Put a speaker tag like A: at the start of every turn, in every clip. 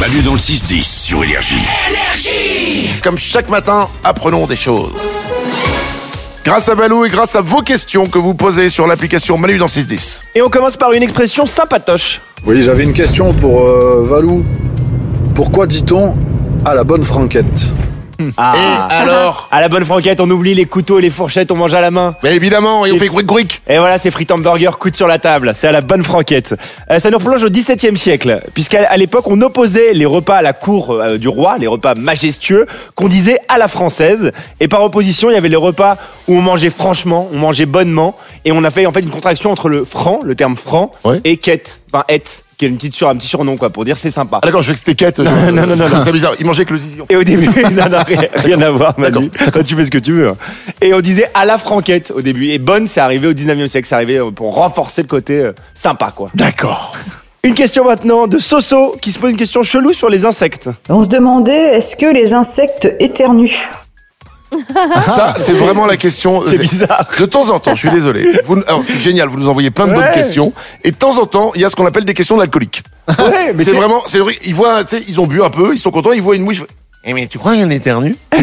A: Manu dans le 6-10 sur Énergie.
B: Comme chaque matin, apprenons des choses. Grâce à Balou et grâce à vos questions que vous posez sur l'application Manu dans le 610.
C: Et on commence par une expression sympatoche.
D: Oui, j'avais une question pour euh, Valou. Pourquoi dit-on à la bonne franquette
C: Ah.
B: alors
C: À la bonne franquette, on oublie les couteaux et les fourchettes, on mange à la main.
B: Mais évidemment, et on fait grouic grouic.
C: Et voilà, c'est frites hamburger, coude sur la table. C'est à la bonne franquette. Euh, ça nous replonge au XVIIe siècle, puisqu'à à l'époque, on opposait les repas à la cour euh, du roi, les repas majestueux, qu'on disait à la française. Et par opposition, il y avait les repas où on mangeait franchement, on mangeait bonnement, et on a fait en fait une contraction entre le franc, le terme franc,
B: Ouais.
C: et quête, enfin être, qui est une petite sur, un petit surnom quoi, pour dire c'est sympa.
B: Ah d'accord, je veux que c'était quête.
C: Non, non, non, non.
B: C'est bizarre, Ah. il mangeait que le zizillon.
C: Et au début, non, non, rien, rien à voir, Manu. Tu fais ce que tu veux. hein. Et on disait à la franquette au début. Et bonne, c'est arrivé au 19e siècle. C'est arrivé euh, pour renforcer le côté euh, sympa, quoi.
B: D'accord.
C: Une question maintenant de Soso qui se pose une question chelou sur les insectes.
E: On se demandait est-ce que les insectes éternuent
B: Ça, c'est vraiment la question. euh,
C: C'est bizarre.
B: De temps en temps, je suis désolé. Vous- alors, C'est génial, vous nous envoyez plein de
C: Ouais.
B: bonnes questions. Et de temps en temps, il y a ce qu'on appelle des questions d'alcooliques.
C: Ouais, mais
B: C'est vraiment, c'est vrai, ils voient, tu sais, ils ont bu un peu, ils sont contents, ils voient une mouche. Eh mais tu crois qu'il y en a éternu oh,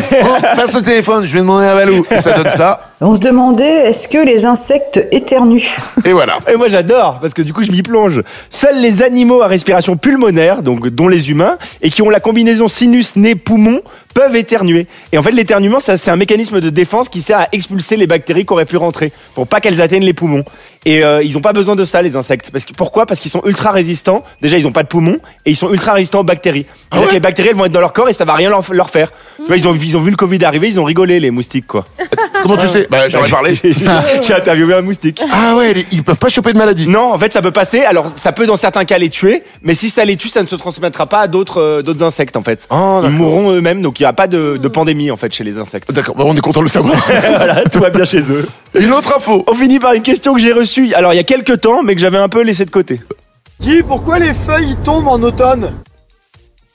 B: Passe le téléphone, je vais demander à Valou. Et ça donne ça.
E: On se demandait est-ce que les insectes éternuent
B: Et voilà.
C: Et moi j'adore parce que du coup je m'y plonge. Seuls les animaux à respiration pulmonaire, donc dont les humains, et qui ont la combinaison sinus, nez, poumon, peuvent éternuer. Et en fait l'éternuement ça c'est un mécanisme de défense qui sert à expulser les bactéries qui auraient pu rentrer pour pas qu'elles atteignent les poumons. Et euh, ils n'ont pas besoin de ça les insectes. Parce que, pourquoi Parce qu'ils sont ultra résistants. Déjà ils n'ont pas de poumons et ils sont ultra résistants aux bactéries. C'est-à-dire que les bactéries elles vont être dans leur corps et ça va rien leur, leur faire. Tu vois, ils, ont, ils ont vu le Covid arriver, ils ont rigolé les moustiques quoi.
B: Comment tu sais Bah, j'aurais parlé.
C: J'ai j'ai interviewé un moustique.
B: Ah ouais, les- ils peuvent pas choper de maladie.
C: Non, en fait, ça peut passer. Alors, ça peut dans certains cas les tuer, mais si ça les tue, ça ne se transmettra pas à d'autres euh, d'autres insectes, en fait.
B: Oh,
C: Ils
B: d'accord.
C: mourront eux-mêmes, donc il n'y aura pas de, de pandémie, en fait, chez les insectes.
B: D'accord, bah, on est content de le savoir.
C: voilà, tout va bien chez eux.
B: Une autre info.
C: On finit par une question que j'ai reçue, alors il y a quelques temps, mais que j'avais un peu laissé de côté.
F: Dis, pourquoi les feuilles tombent en automne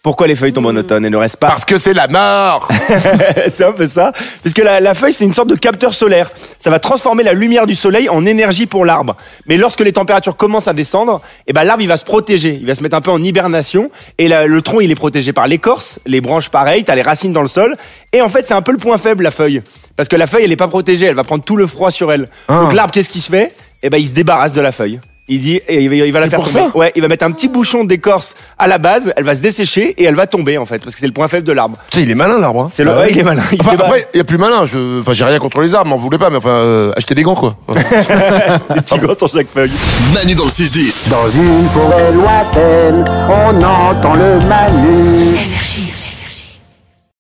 C: Pourquoi les feuilles tombent en automne et ne restent pas
B: Parce que c'est la mort.
C: C'est un peu ça. Puisque la, la feuille, c'est une sorte de capteur solaire. Ça va transformer la lumière du soleil en énergie pour l'arbre. Mais lorsque les températures commencent à descendre, eh ben, l'arbre, il va se protéger. Il va se mettre un peu en hibernation. Et la- le tronc, il est protégé par l'écorce, les branches pareilles, t'as les racines dans le sol. Et en fait, c'est un peu le point faible, la feuille. Parce que la feuille, elle est pas protégée. Elle va prendre tout le froid sur elle.
B: Ah.
C: Donc l'arbre, qu'est-ce qu'il se fait? Eh ben, il se débarrasse de la feuille. Il dit, et il va, il va la faire
B: pour
C: tomber.
B: ça
C: ouais, il va mettre un petit bouchon d'écorce à la base, elle va se dessécher et elle va tomber en fait, parce que c'est le point faible de l'arbre.
B: Putain, il est malin l'arbre. hein.
C: C'est le. ouais, il est malin. Il se
B: Enfin,
C: débarrasse.
B: après, il y a plus malin. Je, enfin, j'ai rien contre les arbres, m'en voulez pas, mais enfin, euh, achetez des gants quoi.
C: Des petits gosses sur chaque feuille.
A: Manu dans le 6-10.
G: Dans une forêt lointaine, on entend le Manu.